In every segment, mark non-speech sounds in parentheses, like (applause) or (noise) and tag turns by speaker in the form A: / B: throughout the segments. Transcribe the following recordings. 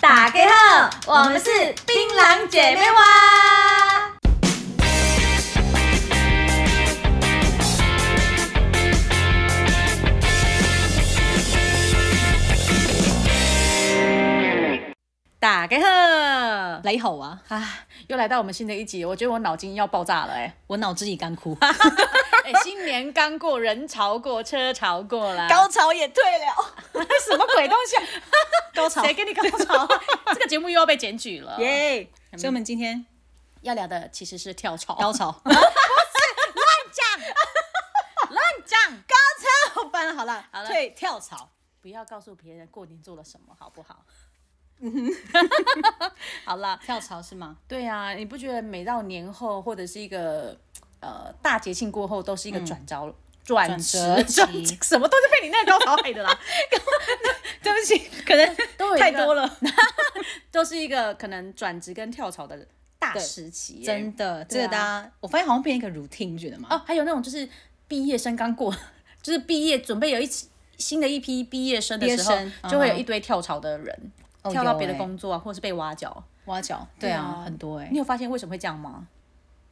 A: 打给后，我们是槟榔姐妹花。打给后，
B: 雷吼啊！
A: 啊，又来到我们新的一集，我觉得我脑筋要爆炸了 (laughs) 哎、
B: 我脑子里干枯，
A: 哎、新年刚过，人潮过，车潮过啦，
B: 潮也退了，
A: (laughs) 什么鬼东
B: (laughs)
A: 西、啊？
B: 高潮
A: 谁跟你 (laughs) 高 (laughs) 潮、啊？这个节目又要被检举了。
B: 耶！所以我们今天
A: 要聊的其实是跳槽。
B: 高 (laughs) 潮，
A: 讲，
B: 高潮，不然好了，
A: 好了
B: 退跳槽，
A: 不要告诉别人过年做了什么，好不好？
B: 嗯
A: (laughs)
B: (laughs)
A: 好啦，
B: 啊跳槽是吗？
A: 对呀、啊，你不觉得每到年后或者是一个呃大节庆过后，都是一个转招、转折
B: 折嗯期
A: 转 (laughs) 什么都是被你那个高潮害的啦， (laughs)
B: 对不起，可
A: 都
B: 能
A: 有一个
B: 太多了，
A: 都是一个可能转职跟跳槽的大
B: 对
A: 时期耶、
B: 真的，这
A: 对啊
B: 个大家，我发现好像变一个 routine，你觉得吗？
A: 哦，还有那种就是毕业生刚过， (laughs) 就是毕业准备有一起新的一批毕业生的嗯
B: 毕业
A: 时候
B: 生，
A: 就会有
B: 嗯哼
A: 一堆跳槽的人，
B: 哦
A: 跳到
B: 有
A: 别的
B: 欸
A: 工作啊，或者是被挖角。
B: 挖角，对
A: 对
B: 啊
A: 啊，
B: 很多哎
A: 你，有发现为什么会这样吗？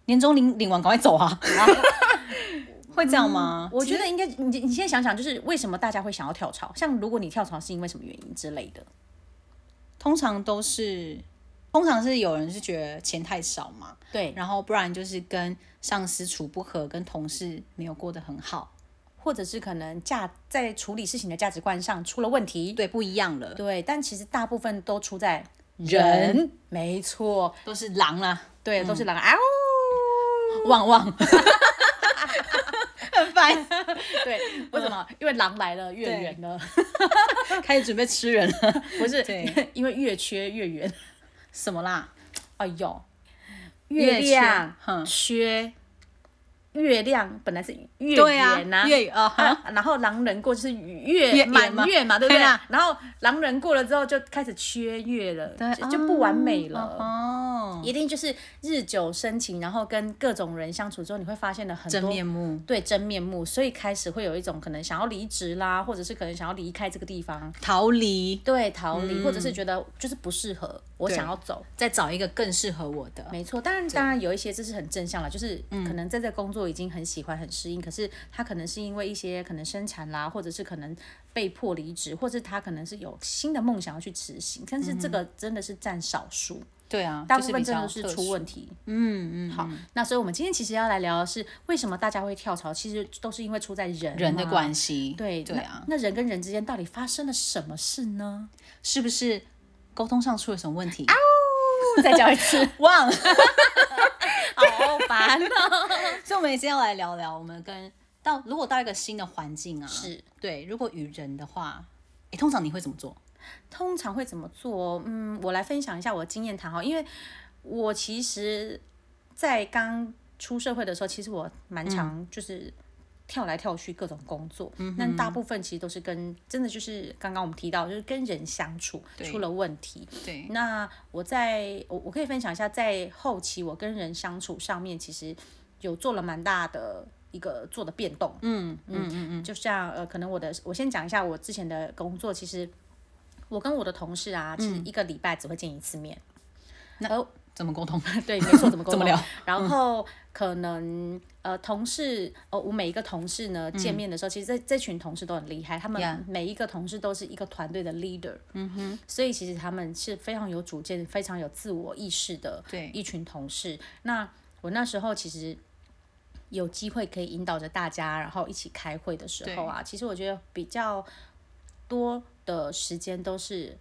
B: 年终领领完赶快走啊， (laughs) 嗯会这样吗？
A: 我觉得应该，你你现在想想，就是为什么大家会想要跳槽？像如果你跳槽是因为什么原因之类的，
B: 通常都是，通常是有人是觉得钱太少嘛，
A: 对，
B: 然后不然就是跟上司处不和，跟同事没有过得很好，
A: 或者是可能价在处理事情的价值观上出了问题，
B: 对，不一样了，
A: 对，但其实大部分都出在
B: 人
A: 人没错，
B: 都是狼啦，
A: (laughs) 对，都是狼啊呜，
B: 旺旺，很烦，
A: 对，为什么？因为狼来了，月圆了，
B: 开始准备吃人了，
A: 不是
B: 对，
A: (laughs) 因为月缺月圆。
B: 什么啦？
A: 哎呦，
B: 月缺
A: 亮
B: 哼
A: 缺，月亮本来是月
B: 对啊，
A: 圆呐。
B: 粤语啊，哈
A: 啊然后狼人过就是月
B: 月
A: 满
B: 圆嘛啊
A: 月嘛，对不对
B: 对啦？
A: 然后狼人过了之后就开始缺月了，
B: 对
A: 就就不完美了。
B: 哦，
A: 一定就是日久生情，然后跟各种人相处之后，你会发现了很
B: 真 (laughs)
A: 多
B: 面目，
A: 对真面目，所以开始会有一种可能想要离职啦，或者是可能想要离开这个地方。
B: 逃离，
A: 对，逃离，或者
B: 嗯
A: 是觉得就是不适合，我想要走。
B: 再找一个更适合我的，
A: 没错，当然，当然有一些这是很正向了，就是
B: 嗯
A: 可能在这工作已经很喜欢、很适应，可是他可能是因为一些可能生产啦，或者是可能被迫离职，或者他可能是有新的梦想要去执行，但是这个真的是占少数，
B: 对啊，
A: 大
B: 嗯就
A: 部分
B: 比
A: 真
B: 较
A: 的是
B: 特
A: 出
B: 殊
A: 问题。
B: 嗯嗯，
A: 好，那所以我们今天其实要来聊的是为什么大家会跳槽，其实都是因为出在人
B: 人的
A: 嘛。
B: 关系，
A: 啊对
B: 对啊，
A: 那，那人跟人之间到底发生了什么事呢？
B: 是不是沟通上出了什么问题？
A: 啊 (laughs) 再讲一次，
B: 忘了，
A: (laughs) 好烦哦。
B: 所以我们也今天要来聊聊我们跟到如果到一个新的环境啊，
A: (laughs) 是
B: 对，如果与人的话，诶，通常你会怎么做？
A: 通常会怎么做？嗯，我来分享一下我的经验谈哈，因为我其实，在刚出社会的时候，其实我蛮常就是跳来跳去各种工作，但大部分其实都是跟真的就是刚刚我们提到，就是跟人相处
B: 对
A: 出了问题。
B: 对，
A: 那我在我我可以分享一下，在后期我跟人相处上面，其实有做了蛮大的一个做的变动。
B: 嗯嗯嗯嗯，
A: 就像呃，可能我的我先讲一下我之前的工作，其实我跟我的同事啊，其实
B: 嗯
A: 一个礼拜只会见一次面。
B: 哦怎么沟通？
A: (laughs) 对，没错，怎么沟
B: 怎么
A: 通
B: 聊？
A: 然后可能呃，同事呃，我每一个同事呢见面的时候，其实这这群同事都很厉害，他们
B: Yeah
A: 每一个同事都是一个团队的 leader。嗯哼，所以其实他们是非常有主见、非常有自我意识的
B: 对
A: 一群同事。那我那时候其实。有机会可以引导着大家，然后一起开会的时候啊，其实我觉得比较多的时间都是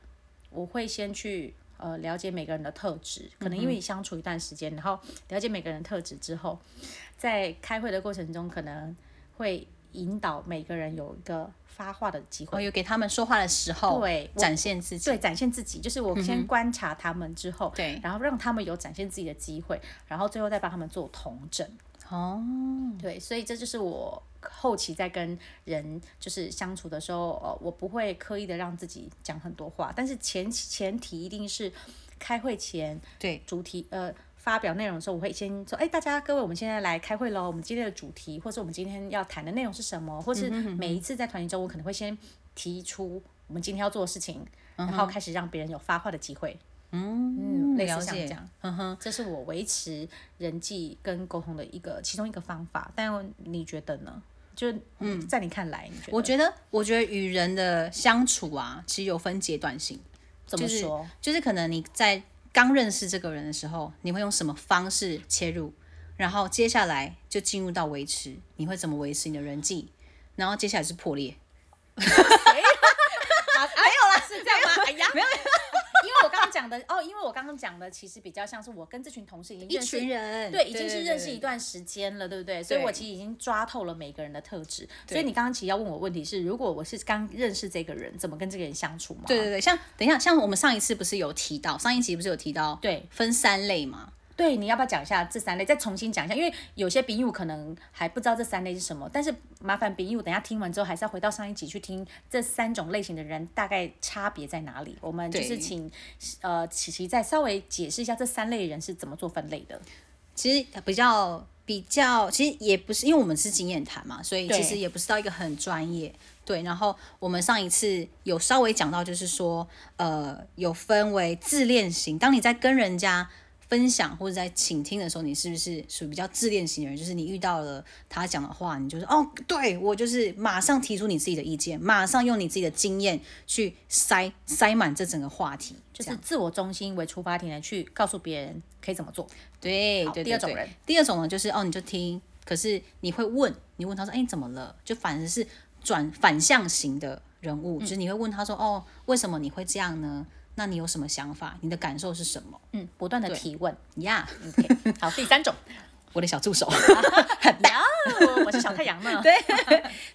A: 我会先去呃了解每个人的特质，可能因为你相处一段时间，然后了解每个人的特质之后，在开会的过程中，可能会引导每个人有一个发话的机
B: 我
A: 会，
B: 哦有给他们说话的时候，
A: 对我
B: 展现自己，
A: 对，展现自己。就是我先观察他们之后，
B: 对
A: 然后让他们有展现自己的机会，然后最后再帮他们做同整。
B: 哦，
A: 对，所以这就是我后期在跟人就是相处的时候，呃，我不会刻意的让自己讲很多话，但是前前提一定是开会前
B: 嗯对，
A: 主题呃发表内容的时候，我会先说，哎，大家各位，我们现在来开会喽，我们今天的主题，或者我们今天要谈
B: 嗯
A: 的内容是什么，或是每一次在团体中，我可能会先提出我们今天要做的事情，然后开始让别人有发话的机会。嗯类似
B: 嗯了
A: 像
B: 解
A: 这样，
B: 嗯哼，
A: 这是我维持人际跟沟通的一个其中一个方法。但你觉得呢？就嗯，在你看来，你觉得
B: 我觉得，我觉得与人的相处啊，其实有分阶段性，
A: 怎么
B: 就是
A: 说？
B: 就是可能你在刚认识这个人的时候，你会用什么方式切入，然后接下来就进入到维持，你会怎么维持你的人际，然后接下来是破裂，
A: 是这样吗？哎呀， (laughs) 没有，因为我刚刚讲的哦，因为我刚刚讲的其实比较像是我跟这群同事已经
B: 一
A: 认识
B: 群人，
A: 对，已经是认识
B: 对
A: 一段时间了，对不对？所以我其实已经抓透了每个人的特质。所以你刚刚其实要问我问题是，如果我是刚认识这个人，怎么跟这个人相处嘛？
B: 对对对，像等一下，像我们上一次不是有提到，上一集不是有提到，
A: 对，
B: 分三类嘛，
A: 对，你要不要讲一下这三类？再重新讲一下，因为有些笔友可能还不知道这三类是什么。但是麻烦笔友等一下听完之后，还是要回到上一集去听这三种类型的人大概差别在哪里。我们就是
B: 对
A: 请呃琪琪再稍微解释一下这三类人是怎么做分类的。
B: 其实呃比较比较，其实也不是，因为我们是经验谈嘛，所以
A: 对
B: 其实也不是到一个很专业。对，然后我们上一次有稍微讲到，就是说，呃，有分为自恋型，当你在跟人家分享或者在倾听的时候，你是不是属于比较自恋型的人？就是你遇到了他讲的话，你就是哦，对我就是马上提出你自己的意见，马上用你自己的经验去塞塞满这整个话题，
A: 就
B: 这
A: 是
B: 样。
A: 自我中心为出发点的去告诉别人可以怎么做。
B: 对
A: 好
B: 对对
A: 第二种
B: 对
A: 人
B: 第二种呢就是哦，你就听，可是你会问，你问他说，哎，你怎么了？就反而是转反向型的人物，
A: 嗯
B: 就是你会问他说，哦，为什么你会这样呢？那你有什么想法？你的感受是什么
A: 嗯，不断的提问。 (laughs)
B: 呀
A: OK，好，第 (laughs) 三种，
B: 我的小助手。
A: 哦我是小太阳 (laughs) 呢。
B: (laughs) 对，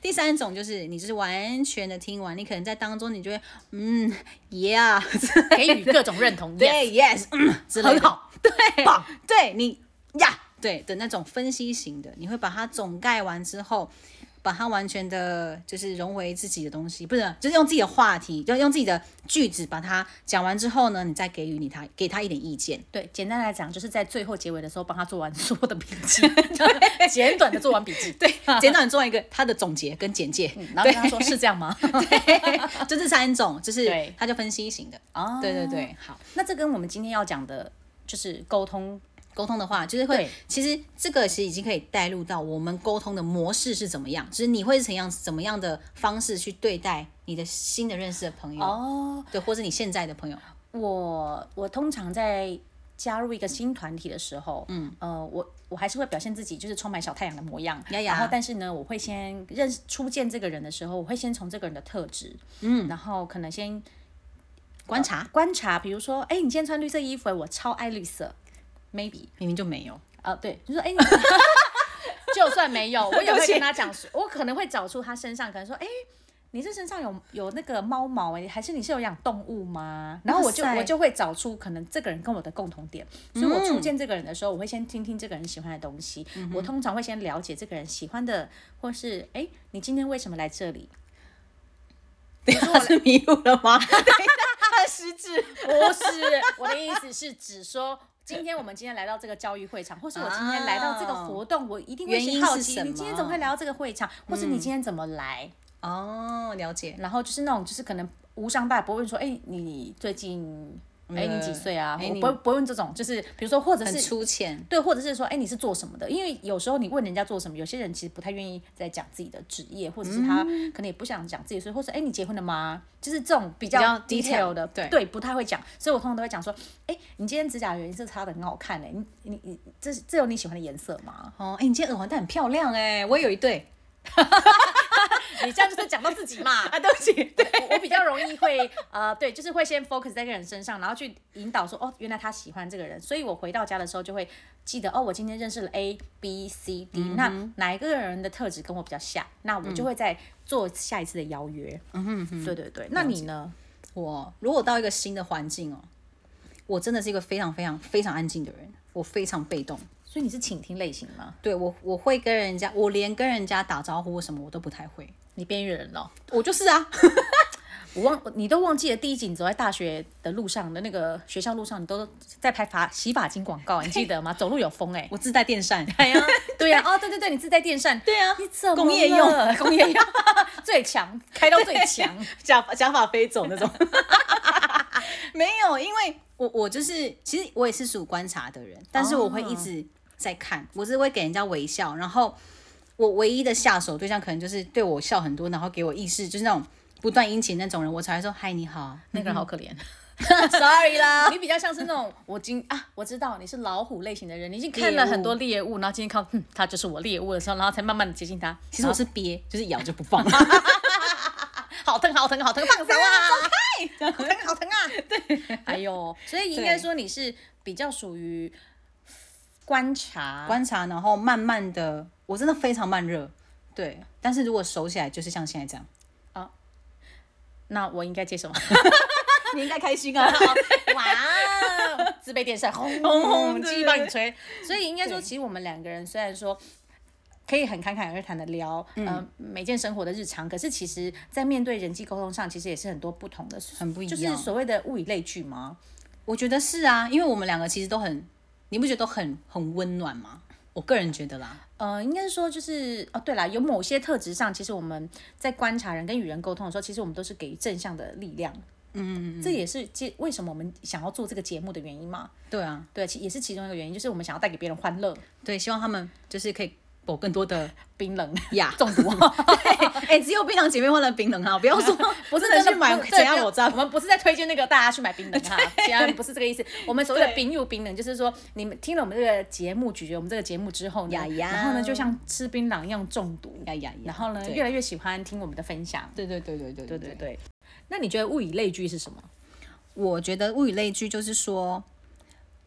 B: 第三种就是你就是完全的听完，你可能在当中你就会，嗯，yeah，
A: (laughs) 给予各种认同。耶，
B: (laughs) 对，yes，嗯，之类的
A: 很好，
B: 对，
A: 棒
B: 对你呀，对的那种分析型的，你会把它总盖完之后，把它完全的，就是融为自己的东西，不是，就是用自己的话题，就用自己的句子把它讲完之后呢，你再给予你他给他一点意
A: (laughs)
B: 见，
A: 对，简单来讲，就是在最后结尾的时候帮他做完所有的笔记， (laughs) 对简短的做完笔记。 (laughs) 对，
B: 简短做一个他的总结跟简介，
A: 嗯然后跟他说是这样 (laughs) 吗？
B: 对，就这三种，就是
A: 对
B: 他就分析型的，
A: 哦
B: 对对对，好。
A: 那这跟我们今天要讲的，就是沟通。
B: 沟通的话，就是
A: 对
B: 会，其实这个其实已经可以带入到我们沟通的模式是怎么样，就是你会怎样怎么样的方式去对待你的新的认识的朋友，
A: 哦，
B: 对，或者你现在的朋友，
A: 我我通常在加入一个新团体的时候，嗯，呃，我我还是会表现自己就是充满小太阳的模样，
B: 呀呀
A: 然后但是呢，我会先认识初见这个人的时候，我会先从这个人的特质，嗯，然后可能先
B: 观察
A: 观察，比如说，哎、你今天穿绿色衣服、哎，我超爱绿色，maybe，
B: 明明就没有，
A: 啊、对，你说，哎、你 (laughs) 就算没有，我也
B: 对不
A: 会
B: 起
A: 跟他讲说，我可能会找出他身上，可能说，哎、你这身上有有那个猫毛哎、还是你是有养动物吗？然后我就
B: 哇塞
A: 我就会找出可能这个人跟我的共同点，所以我初见这个人的时候，我会先听听这个人喜欢的东西，
B: 嗯
A: 我通常会先了解这个人喜欢的，或是哎、你今天为什么来这里？
B: (laughs) 他是迷路了 (laughs) 吗？等一下他的失智，
A: 不是，我的意思是指说，今天我们今天来到这个教育会场，或是我今天来到这个活动，我一定会
B: 原因
A: 先
B: 是
A: 好奇
B: 什
A: 你今天怎么会来到这个会场，或是你今天怎么来，
B: (laughs) 哦，了解，
A: 然后就是那种就是可能无伤大雅，不会问说，哎、你最近，哎、你几岁啊？
B: 哎
A: 我
B: 你
A: 不会不会问这种，就是比如说或者
B: 很
A: 是。
B: 粗浅，
A: 对，或者是说，哎，你是做什么的？因为有时候你问人家做什么，有些人其实不太愿意再讲自己的职业，或者是他可能也不想讲自己，所以或者哎，你结婚了吗？就是这种嗯比较
B: 比较
A: detail 的，
B: 对
A: 不太会讲，所以我通常都会讲说，哎，你今天指甲颜色擦的很好看哎、你你你这这有你喜欢的颜色吗？
B: 哦，哎、你今天耳环戴很漂亮哎、我也有一对，
A: 你这样就是讲到自己嘛。
B: (laughs) 啊，对不起，对，
A: 我我比较容易会呃，对，就是会先 focus 在这个人身上，然后去引导说，哦，原来他喜欢这个人，所以我回到家的时候就会记得，哦，我今天认识了 A B C D，、那哪一个人的特质跟我比较像，那我就会再做下一次的邀约。嗯哼对对对，那你呢？
B: 我如果到一个新的环境哦，我真的是一个非常非常非常安静的人，我非常被动。
A: 所以你是倾听类型吗？
B: 对我，我会跟人家，我连跟人家打招呼什么我都不太会，
A: 你边缘人哦，
B: 我就是啊， (laughs)
A: 我忘你都忘记了第一集你走在大学的路上的那个学校路上，你都在拍发洗发精广告，你记得吗？走路有风哎、
B: 我自带电扇，
A: 哎呀， (laughs) 对呀、哦，对对对，你自带电扇，
B: 对啊
A: 你怎么
B: 工业用
A: (laughs) 了工业用最强，开到最强，
B: 假假发飞走那种。 (laughs) 我我就是，其实我也是属观察的人，但是我会
A: 哦
B: 一直在看，我是会给人家微笑，然后我唯一的下手对象可能就是对我笑很多，然后给我意识，就是那种不断殷勤那种人，我才会说嗨你好
A: 那个人好可怜。 (laughs)
B: ，sorry 啦。
A: 嗯你比较像是那种我今啊，我知道你是老虎类型的人，你已经看了
B: 猎物
A: 很多猎物，然后今天看到，哼，他就是我猎物的时候，然后才慢慢的接近他。
B: 其实我是憋，就是咬就不
A: (laughs)
B: 放。
A: 啊
B: (laughs)
A: 好疼，好疼，好疼，放手啊！好疼，好疼啊！对， (laughs) 哎呦，所以应该
B: 对
A: 说你是比较属于观察，
B: 观察，然后慢慢的，我真的非常慢热，对。但是如果熟起来，就是像现在这样，
A: 那我应该接什么？
B: 你应该开心啊。
A: (laughs) 哇，哦自备电扇，轰
B: 轰
A: 轰轰，
B: 对
A: 鸡
B: 对
A: 帮你吹。所以应该说，
B: 对
A: 其实我们两个人虽然说。可以很侃侃而谈的聊，
B: 嗯
A: 呃，每件生活的日常。可是其实，在面对人际沟通上，其实也是很多不同的，
B: 很不一
A: 就
B: 样
A: 是所谓的物以类聚吗？
B: 我觉得是啊，因为我们两个其实都很，你不觉得都很很温暖吗？我个人觉得啦，
A: 呃，应该是说就是哦，对啦，有某些特质上，其实我们在观察人跟与人沟通的时候，其实我们都是给予正向的力量。嗯嗯嗯，这也是接为什么我们想要做这个节目的原因嘛？
B: 对啊，
A: 对，其也是其中一个原因，就是我们想要带给别人欢乐、
B: 对，希望他们就是可以有更多的
A: 冰冷、
B: 呀
A: (laughs) 。中毒。
B: 对，哎、只有槟榔姐妹换了槟榔啊，不要说
A: 不是
B: 真
A: 真
B: 的
A: 的
B: 去买
A: 不是
B: 怎样
A: 对
B: 我炸
A: 我们不是在推荐那个大家去买冰
B: (laughs)
A: 冷哈，其他不是这个意思。我们所谓的
B: 对
A: 冰又冰冷，就是说你们听了我们这个节目，咀嚼我们这个节目之后呢，
B: 呀呀
A: 然后呢就像吃槟榔一样中毒，
B: 呀呀呀，
A: 然后呢
B: 对
A: 越来越喜欢听我们的分享。
B: 对对对对对
A: 对对对。那你觉得物以类聚是什么？
B: 我觉得物以类聚，就是说，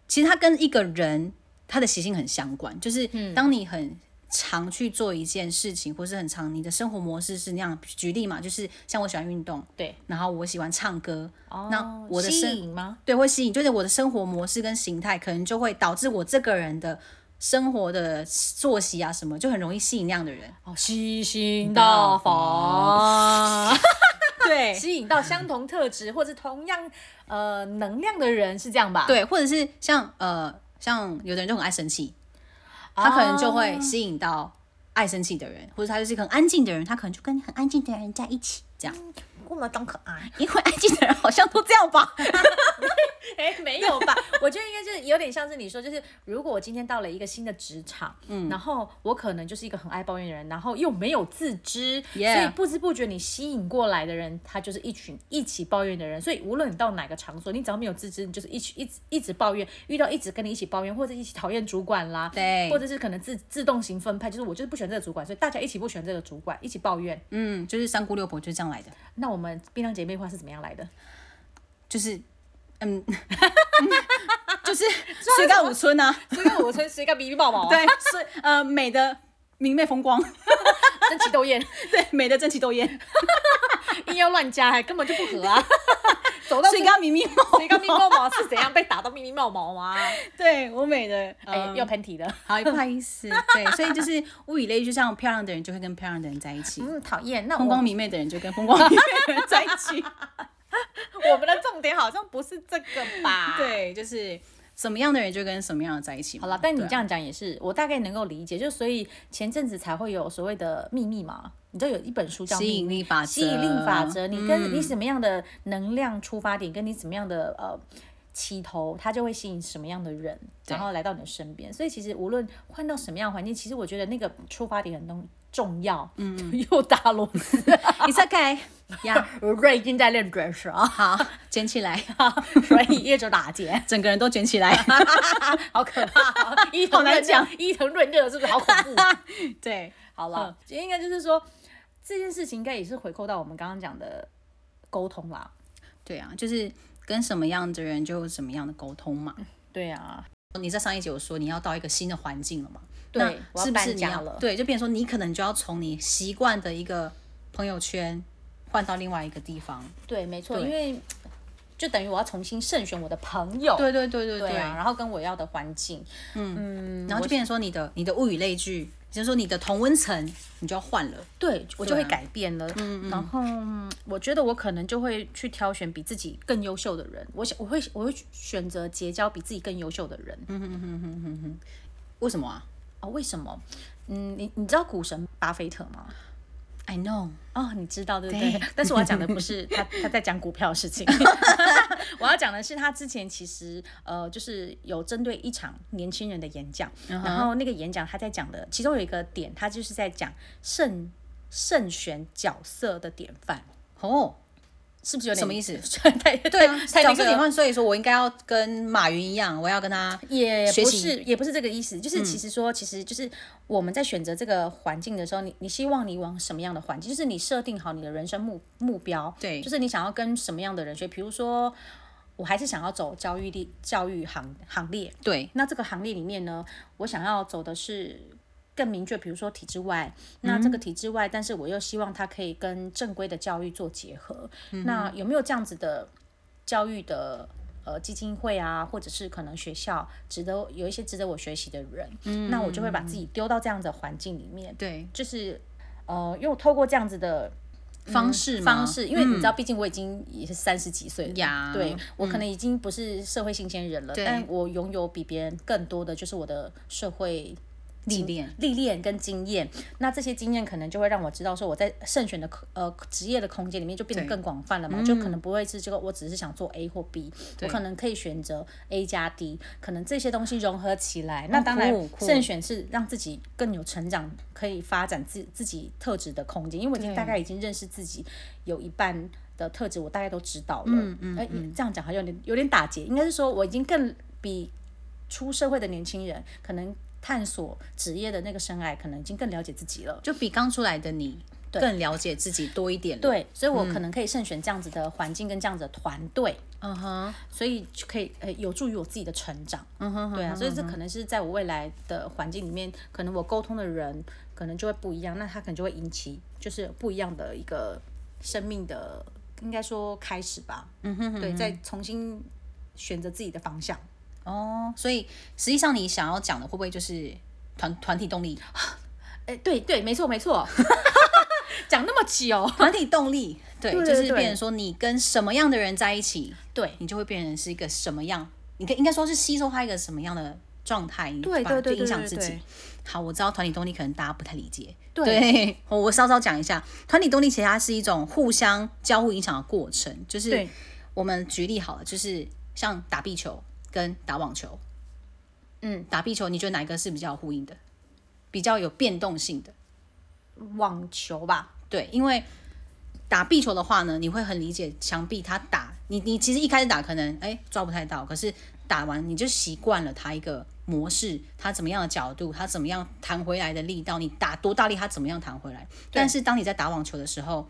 B: 其实它跟一个人他的习性很相关。就是当你很常去做一件事情，或是很常你的生活模式是那样。举例嘛，就是像我喜欢运动，
A: 对，
B: 然后我喜欢唱歌，那
A: 哦
B: 我的
A: 吸
B: 生
A: 引吗？
B: 对，会吸引，就是我的生活模式跟形态，可能就会导致我这个人的生活的作息啊什么，就很容易吸引那样的人。
A: 哦，吸引到房，
B: (laughs) 对
A: 吸引到相同特质或者同样呃能量的人，是这样吧？
B: 对，或者是像呃，像有的人就很爱生气，他可能就会吸引到爱生气的人，或者他就是一个很安静的人，他可能就跟很安静的人在一起，这样，
A: 我们装可爱。
B: 因为安静的人好像都这样吧。 (laughs)
A: (laughs) 哎，没有吧？我觉得应该就是有点像是你说，就是如果我今天到了一个新的职场，嗯，然后我可能就是一个很爱抱怨的人，然后又没有自知
B: Yeah
A: 所以不知不觉你吸引过来的人，他就是一群一起抱怨的人。所以无论你到哪个场所，你只要没有自知，你就是一起一直一直抱怨，遇到一直跟你一起抱怨或者一起讨厌主管啦，
B: 对
A: 或者是可能自自动型分派，就是我就是不喜欢这个主管，所以大家一起不喜欢这个主管，一起抱怨。
B: 嗯，就是三姑六婆就是这样来的，
A: 那我们槟榔姐妹花是怎么样来的？
B: 就是嗯， (laughs) 嗯 (laughs) 就是水到五村啊，
A: (laughs) 所以我吹谁敢比比啊抱
B: (laughs)
A: 抱
B: 对，是呃美的明媚风光， (laughs)
A: 争奇斗艳。
B: 对，美的争奇斗艳，
A: (laughs) 硬要乱加，还根本就不合啊！走到
B: 水
A: 这
B: 缸明明梦，
A: 谁 (laughs) 个密毛毛是怎样被打到密密毛毛 (laughs) 吗？
B: 对我美的，
A: 哎、
B: 嗯
A: 要喷嚏了，
B: 好不好意思，对，所以就是物以类聚，像漂亮的人就会跟漂亮的人在一起，
A: 嗯，讨厌。那我
B: 风光明媚的人就跟风光明媚的人在一
A: (laughs)
B: 起。
A: 我们的重点好像不是这个 (laughs) 吧？。
B: 对，就是什么样的人就跟什么样的在一起嘛。
A: 好了，但你
B: 对啊
A: 这样讲也是，我大概能够理解。就所以前阵子才会有所谓的秘密嘛，你知道有一本书叫《
B: 吸引
A: 秘
B: 力
A: 密
B: 法则，嗯
A: 吸引力法则》，你跟你什么样的能量出发点，跟你什么样的呃起头，它就会吸引什么样的人，
B: 对
A: 然后来到你的身边。所以其实无论换到什么样的环境，其实我觉得那个出发点很重重要。嗯， (laughs) 又打螺丝，
B: ，It's
A: (laughs)
B: okay 呀、
A: 我最近在练爵士
B: (laughs)
A: 啊，
B: 好，卷起来，
A: 所以一直打结，
B: 整个人都卷起
A: (laughs)
B: 来。
A: 好可怕、哦！伊
B: (laughs)
A: 藤
B: 好难
A: 润
B: 讲
A: 讲，伊藤润这个是不是好恐怖？
B: 对，
A: 好了，应该就是说这件事情应该也是回扣到我们刚刚讲的沟通啦。
B: 对啊，就是跟什么样的人就有什么样的沟通嘛。
A: 对啊，
B: 你在上一节有说你要到一个新的环境了嘛？
A: 对
B: 那
A: 我要
B: 是不是
A: 搬
B: 你
A: 家
B: 要
A: 了
B: 对，就变成说你可能就要从你习惯的一个朋友圈换到另外一个地方。
A: 对，没错，
B: 对
A: 因为就等于我要重新慎选我的朋友，
B: 对对对对对。
A: 哦啊，然后跟我要的环境，
B: 然后就变成说你的你的物以类聚，就是说你的同温层你就要换了。
A: 对我就
B: 对
A: 会
B: 啊
A: 改变了。然后嗯我觉得我可能就会去挑选比自己更优秀的人，我想我会我会选择结交比自己更优秀的人。
B: 为什么啊
A: 啊、为什么？嗯，你你知道股神巴菲特吗？
B: ？I know。
A: 哦，你知道对不 (laughs)
B: 对 (laughs)
A: 对？但是我要讲的不是他他在讲股票的事情，我要讲讲的是他之前其实呃，就是有针对一场年轻人的演讲，
B: 嗯
A: 然后那个演讲他在讲的其中有一个点，他就是在讲慎慎选角色的典范，
B: 哦，
A: 是不是有点
B: 什么意思？
A: 太 (laughs) 对
B: 啊
A: 太
B: 角
A: 那
B: 色
A: 个
B: 典范，所以说我应该要跟马云一样，我要跟他
A: 也
B: 学
A: 不
B: 习嗯
A: 是，也不是这个意思，就是其实说，其实就是我们在选择这个环境的时候，你你希望你往什么样的环境？就是你设定好你的人生目目标，
B: 对
A: 就是你想要跟什么样的人学。比如说，我还是想要走教育力教育行行列，
B: 对
A: 那这个行列里面呢，我想要走的是更明确，比如说体制外。那这个体制外，但是我又希望它可以跟正规的教育做结合。那有没有这样子的教育的呃基金会啊，或者是可能学校值得有一些值得我学习的人？那我就会把自己丢到这样子的环境里面，
B: 对
A: 就是呃，因为我透过这样子的。
B: 嗯方式吗嗯
A: 方式，因为你知道，毕竟我已经也是三十几岁了，
B: 呀嗯
A: 对我可能已经不是社会新鲜人了，
B: 对
A: 但我拥有比别人更多的就是我的社会
B: 历练，
A: 历练跟经验。那这些经验可能就会让我知道，说我在慎选的空呃职业的空间里面就变得
B: 对嗯
A: 更广泛了嘛，就可能不会是这个，我只是想做 A 或 B，我可能可以选择 A 加 D，可能这些东西融合起来。那当然
B: 酷，酷
A: 慎选是让自己更有成长，可以发展自自己特质的空间，因为我已经
B: 对
A: 大概已经认识自己有一半。的特质我大概都知道了，嗯嗯，哎、这样讲好像有点有点打结，应该是说我已经更比出社会的年轻人，可能探索职业的那个深爱，可能已经更了解自己了。
B: 就比刚出来的你更了解自己多一点了。，
A: 对，所以我可能可以慎选这样子的环境跟这样子的团队，
B: 嗯哼，
A: 所以就可以呃有助于我自己的成长。
B: 嗯哼，
A: 对啊，所以这可能是在我未来的环境里面，可能我沟通的人可能就会不一样，那他可能就会引起就是不一样的一个生命的，应该说开始吧。嗯哼对，再重新选择自己的方向。
B: 哦，所以实际上你想要讲的会不会就是团团体动力？
A: 哎、对对，没错
B: (laughs)
A: 没错，讲那么久，
B: 团体动力， (laughs) 对，
A: 对
B: 就是
A: 对
B: 变成说你跟什么样的人在一起，
A: 对。
B: 你就会变成是一个什么样，你可应该说是吸收他一个什么样的状态，你
A: 对
B: 把
A: 对对
B: 就影响
A: 对
B: 自
A: 对
B: 己
A: 对。
B: 好，我知道团体动力可能大家不太理解，
A: 对
B: (laughs) 我我稍稍讲一下，团体动力其实它是一种互相交互影响的过程，就是
A: 对
B: 我们举例好了，就是像打壁球跟打网球，
A: 嗯，
B: 打壁球你觉得哪一个是比较有呼应的，比较有变动性的？
A: 网球吧，
B: 对，因为打壁球的话呢，你会很理解墙壁它打你，你其实一开始打可能哎抓不太到，可是打完你就习惯了它一个模式，它怎么样的角度，它怎么样弹回来的力道，你打多大力它怎么样弹回来。但是当你在打网球的时候，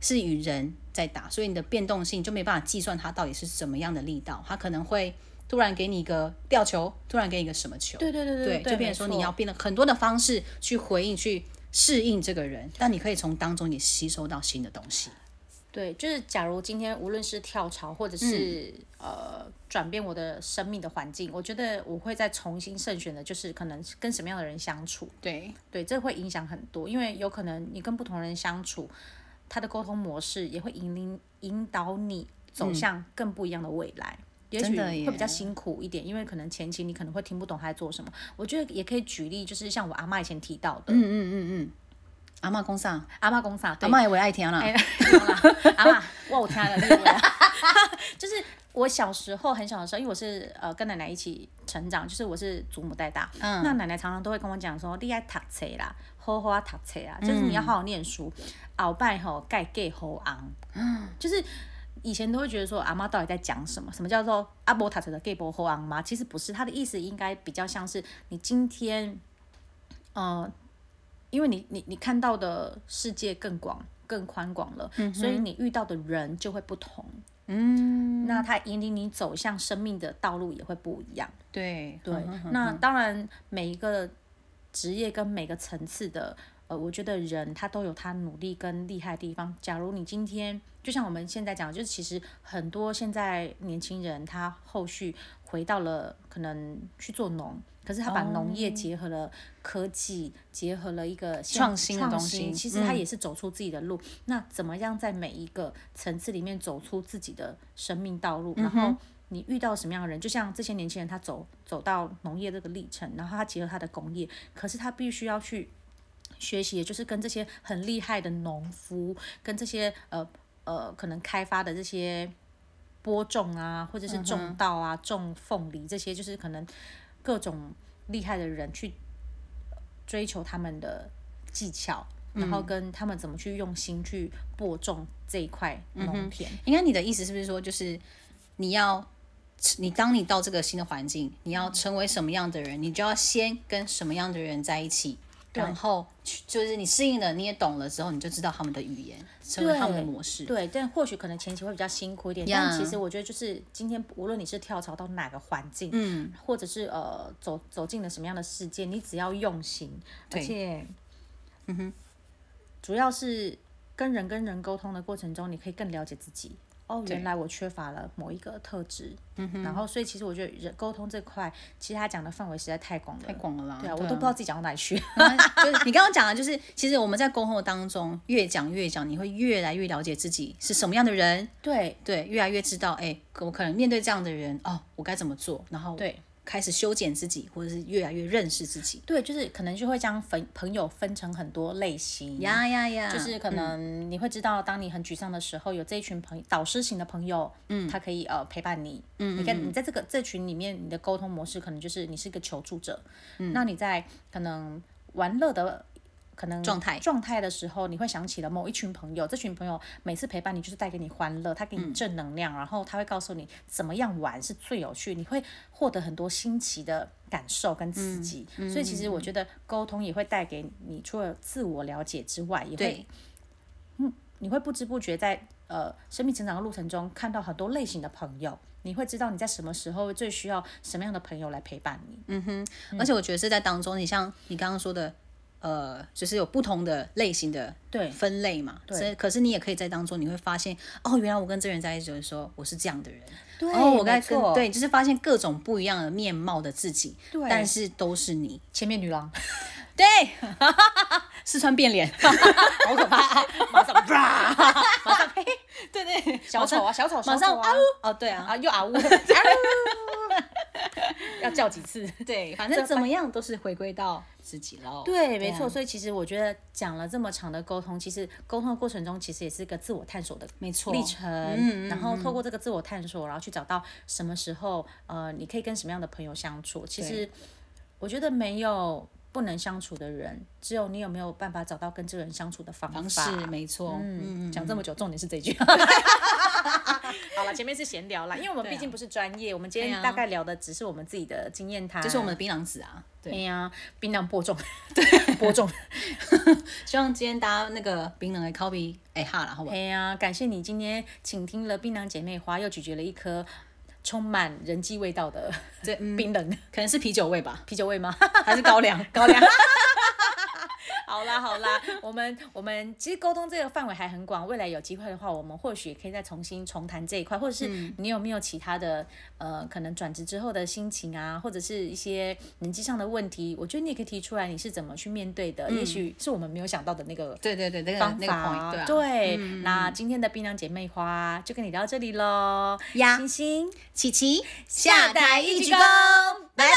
B: 是与人在打，所以你的变动性就没办法计算它到底是怎么样的力道，它可能会突然给你一个吊球，突然给你一个什么球。
A: 对对对
B: 对，就变成说你要变得很多的方式去回应、去适应这个人，但你可以从当中也吸收到新的东西。
A: 对，就是假如今天无论是跳槽或
B: 嗯
A: 者是、呃转变我的生命的环境，我觉得我会再重新慎选的，就是可能跟什么样的人相处，
B: 对，
A: 对，这会影响很多，因为有可能你跟不同人相处，他的沟通模式也会引领引导你走向更不一样的未来。也
B: 嗯真
A: 许
B: 的
A: 会比
B: 耶
A: 较辛苦一点，因为可能前期你可能会听不懂他在做什么。我觉得也可以举例，就是像我阿妈以前提到的，
B: 嗯阿嬷公上，
A: 阿妈公啊萨，对
B: 阿嬷也为爱听啊
A: 哎
B: 啦。
A: 阿妈，哇，我听了厉害， (laughs) 就是我小时候很小的时候，因为我是呃跟奶奶一起成长，就是我是祖母带大，
B: 嗯
A: 那奶奶常常都会跟我讲说，你爱读册啦，好好啊读册啦，就是你要好好念书，鳌拜吼盖盖好昂，就是。以前都会觉得说阿妈到底在讲什么？什么叫做啊阿伯塔车的 gay 伯后昂吗？其实不是，她的意思应该比较像是你今天，呃，因为你你你看到的世界更广、更宽广了，所以你遇到的人就会不同。嗯，那它引领你走向生命的道路也会不一样。
B: 对
A: 对，那
B: 嗯
A: 当然每一个职业跟每个层次的，呃，我觉得人他都有他努力跟厉害的地方。假如你今天就像我们现在讲的，就是其实很多现在年轻人他后续回到了可能去做农，可是他把农
B: 哦
A: 业结合了科技，结合了一个现
B: 创新的
A: 创
B: 东西嗯
A: 其实他也是走出自己的路。那怎么样在每一个层次里面走出自己的生命道路，然后你遇到什么样的人，就像这些年轻人，他走走到农业这个历程，然后他结合他的工业，可是他必须要去学习，也就是跟这些很厉害的农夫，跟这些呃呃可能开发的这些播种啊，或者是种稻啊、种凤梨这些，就是可能各种厉害的人去追求他们的技巧，然后跟他们怎么去用心去播种这一块农田。
B: 应该你的意思是不是说，就是你要，你当你到这个新的环境，你要成为什么样的人，你就要先跟什么样的人在一起，然后去就是你适应了，你也懂了之后，你就知道他们的语言，成为他们的模式。
A: 对，但或许可能前期会比较辛苦一点
B: Yeah
A: 但其实我觉得就是今天无论你是跳槽到哪个环境，
B: 嗯，
A: 或者是呃走走进了什么样的世界，你只要用心，而
B: 对
A: 且，嗯哼，主要是跟人跟人沟通的过程中，你可以更了解自己。哦，
B: 对
A: 原来我缺乏了某一个特质，嗯哼，然后所以其实我觉得人沟通这块，其实他讲的范围实在太广了，
B: 太广了啦。
A: 对啊，我都不知道自己讲到哪里去。 (laughs)
B: 然后 (laughs) 就是你刚刚讲的，就是其实我们在沟通的当中，越讲越讲，你会越来越了解自己是什么样的人，
A: 对
B: 对，越来越知道，哎、我可能面对这样的人，哦，我该怎么做，然后
A: 对
B: 开始修剪自己，或者是越来越认识自己。
A: 对，就是可能就会将朋朋友分成很多类型，
B: 呀呀呀！
A: 就是可能你会知道，当你很沮丧的时候，有这一群朋导师型的朋友，嗯，他可以呃陪伴你，嗯，你跟你在这个这群里面，你的沟通模式可能就是你是一个求助者，嗯，那你在可能玩乐的。可能
B: 状态
A: 状态的时候，你会想起了某一群朋友，这群朋友每次陪伴你就是带给你欢乐，他给你正能量，然后他会告诉你怎么样玩是最有趣，你会获得很多新奇的感受跟刺激。所以其实我觉得沟通也会带给你，除了自我了解之外，也会
B: 对，
A: 你会不知不觉在呃生命成长的路程中看到很多类型的朋友，你会知道你在什么时候最需要什么样的朋友来陪伴你。嗯
B: 而且我觉得是在当中，你像你刚刚说的，呃，就是有不同的类型的
A: 对
B: 分类嘛。
A: 对
B: 所以可是你也可以在当中，你会发现，哦，原来我跟这个人在一起的时候，我是这样的人。
A: 嗯对
B: 哦，我该
A: 没
B: 跟
A: 错
B: 对，就是发现各种不一样的面貌的自己，
A: 对
B: 但是都是你，
A: 前面女郎
B: 对， (laughs) 四川变脸，
A: 好可怕， (laughs) 马上啪，马上嘿，
B: 对对，
A: 小丑啊，小丑，
B: 马上
A: 小丑
B: 啊
A: 啊，
B: 呜，哦对啊，
A: 啊又啊呜，
B: (laughs)
A: (laughs) 啊呜要叫几次？
B: 对，反正怎么样都是回归到自己喽。
A: 对，没
B: 啊
A: 错。所以其实我觉得讲了这么长的沟通，其实沟通的过程中，其实也是一个自我探索的
B: 没错，
A: 历程，然后透过这个自我探索，然后去找到什么时候呃，你可以跟什么样的朋友相处。其实我觉得没有不能相处的人，只有你有没有办法找到跟这个人相处的方法。
B: 方式没错，嗯，
A: 嗯，讲这么久，重点是这句。 (laughs) 好了，前面是闲聊啦，因为我们毕竟不是专业，我们今
B: 对
A: 天
B: 啊
A: 大概聊的只是我们自己的经验谈，
B: 这是我们的槟榔子啊，对，
A: 哎呀，槟榔播种，对，播 (laughs) 种。
B: 希望今天大家那个槟榔的 copy 哎哈啦，好不好？
A: 哎呀，感谢你今天倾听了槟榔姐妹花，又咀嚼了一颗充满人际味道的
B: 对，嗯，
A: 槟榔
B: 可能是啤酒味吧，
A: (laughs) 啤酒味吗？
B: 还是高
A: (laughs)
B: 粱？
A: 高粱。好啦好啦，我们我们其实沟通这个范围还很广，未来有机会的话，我们或许也可以再重新重谈这一块，或者是你有没有其他的呃，可能转职之后的心情啊，或者是一些嗯人际上的问题，我觉得你也可以提出来，你是怎么去面对的，也许是我们没有想到的那个
B: 对对对，那个
A: 方
B: 那个
A: 法。
B: point，对啊，
A: 对，那今天的槟榔姐妹花就跟你聊到这里喽。
B: 呀
A: 星星，
B: 琪琪
A: 下台一鞠躬，
B: 拜拜。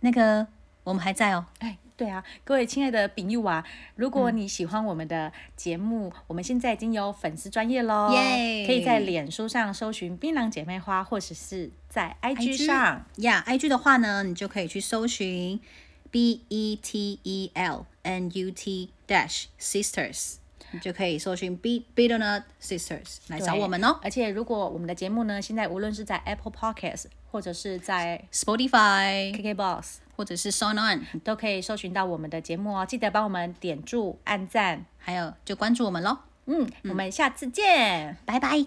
B: 那个我们还在哦，
A: 哎，对啊，各位亲爱的丙友啊，如果你喜欢我们的节目，我们现在已经有粉丝专业喽，
B: 耶
A: 可以在脸书上搜寻槟榔姐妹花，或者是在 IG 上。
B: 呀、i g 的话呢，你就可以去搜寻 B E T E L N U T dash sisters，你就可以搜寻 B Bitternut Sisters 来找
A: 对
B: 我们哦。
A: 而且，如果我们的节目呢，现在无论是在 Apple Podcast 或者是在
B: Spotify
A: KKBox，
B: 或者是 s o n On，
A: 都可以搜寻到我们的节目哦。记得帮我们点注、按赞。
B: 还有就关注我们喽，
A: 嗯，我们下次见。
B: 拜拜。